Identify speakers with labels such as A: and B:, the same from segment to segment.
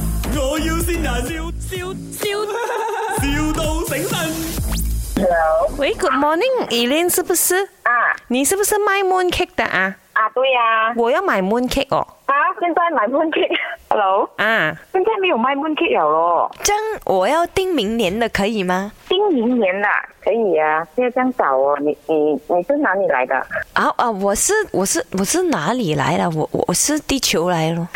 A: 要先人，笑笑笑，,笑到醒 神。
B: Hello，
C: 喂，Good morning，Elaine 是不是？
B: 啊
C: 你是不是卖 moon cake 的啊？
B: 啊，对呀、啊，
C: 我要买 moon cake 哦。
B: 现在买 moon cake。Hello，
C: 啊，
B: 现在没有卖 moon cake 了咯，
D: 这样我要订明年的可以吗？
B: 今明年啦，可以啊，不要这样早哦。你你你是哪里来的？
D: 啊啊，我是我是我是哪里来的？我我我是地球来咯。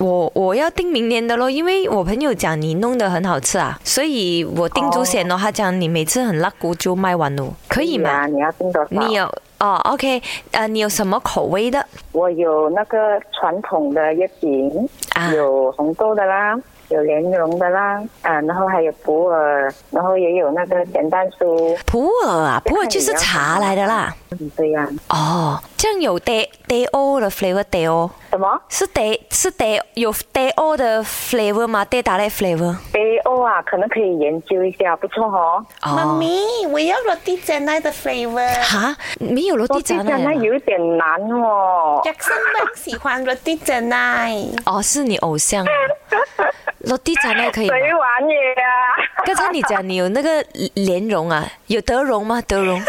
D: 我我要订明年的咯，因为我朋友讲你弄得很好吃啊，所以我订足先咯。他讲你每次很辣锅就卖完咯，可以
B: 啊，
D: 吗？
B: 你要订多少？
D: 你有哦，OK，呃，你有什么口味的？
B: 我有那个传统的月饼，
D: 啊
B: 有红豆的啦，有莲蓉的啦，啊，然后还有普洱，然后也有那个咸蛋酥。
D: 普洱啊，普洱就是茶来的啦。
B: 嗯，对呀、
D: 哦，这样有 day day o 的 flavor day o
B: 什么
D: 是 day 是 day 有 day o 的 flavor 吗？day 打来 flavor。
B: A O 啊？可能可以研究一下，不错哦。
D: 哦
E: 妈咪，我要落地真奶的 flavor。
D: 哈，没有落地
B: 这
D: 炸
B: 讲那
D: 奶
B: 有点难哦。
E: Jackson 很喜欢落地真奶，
D: 哦，是你偶 像啊，落地炸奶可以吗？
B: 谁玩你啊？
D: 刚才你讲你有那个莲蓉啊，有德蓉吗？德蓉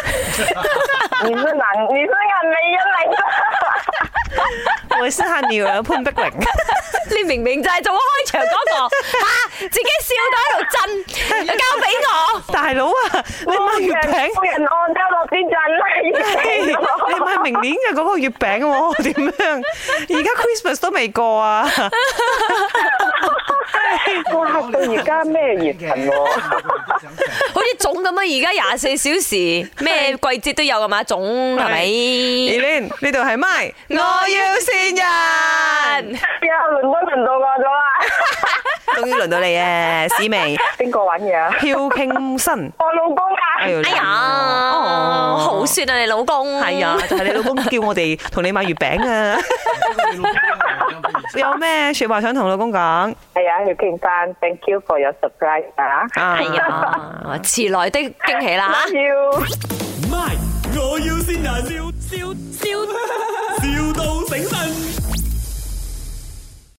B: 你是哪？你是哪没人来的？
C: 我是他女儿潘碧玲。
D: 你明明就係做開場嗰、 個，嚇自己笑到喺度震，交俾我。
C: 大佬啊，你買月 餅，
B: 夫人按交落邊陣啦？
C: 嘿哎你買明年嘅嗰個月餅喎，點樣？而家 Christmas 都未過啊！
B: 哇！到而家咩啊月份喎？
D: 好似粽咁啊！而家廿四小時咩季節都有噶啊嘛，粽係咪？
C: Elaine 呢度係 My，我要
D: 哎
C: 善人，
B: 之後輪都輪到我咗啦。
C: 終於輪到你啊，史薇，
B: 邊個玩嘢啊？
C: 飄傾身。
B: 我老公啊！
C: 呦
D: 哎呀，
C: 哦
D: 好雪啊！你老公
C: 係 啊，就係你老公叫我哋同你買月餅啊！你有咩説話想同老公講？
B: 係啊，廖敬山，thank you for your surprise 啊！
C: 啊
D: 係啊，遲來的驚喜啦嚇
B: Love you。
A: My，我要先人，笑笑笑。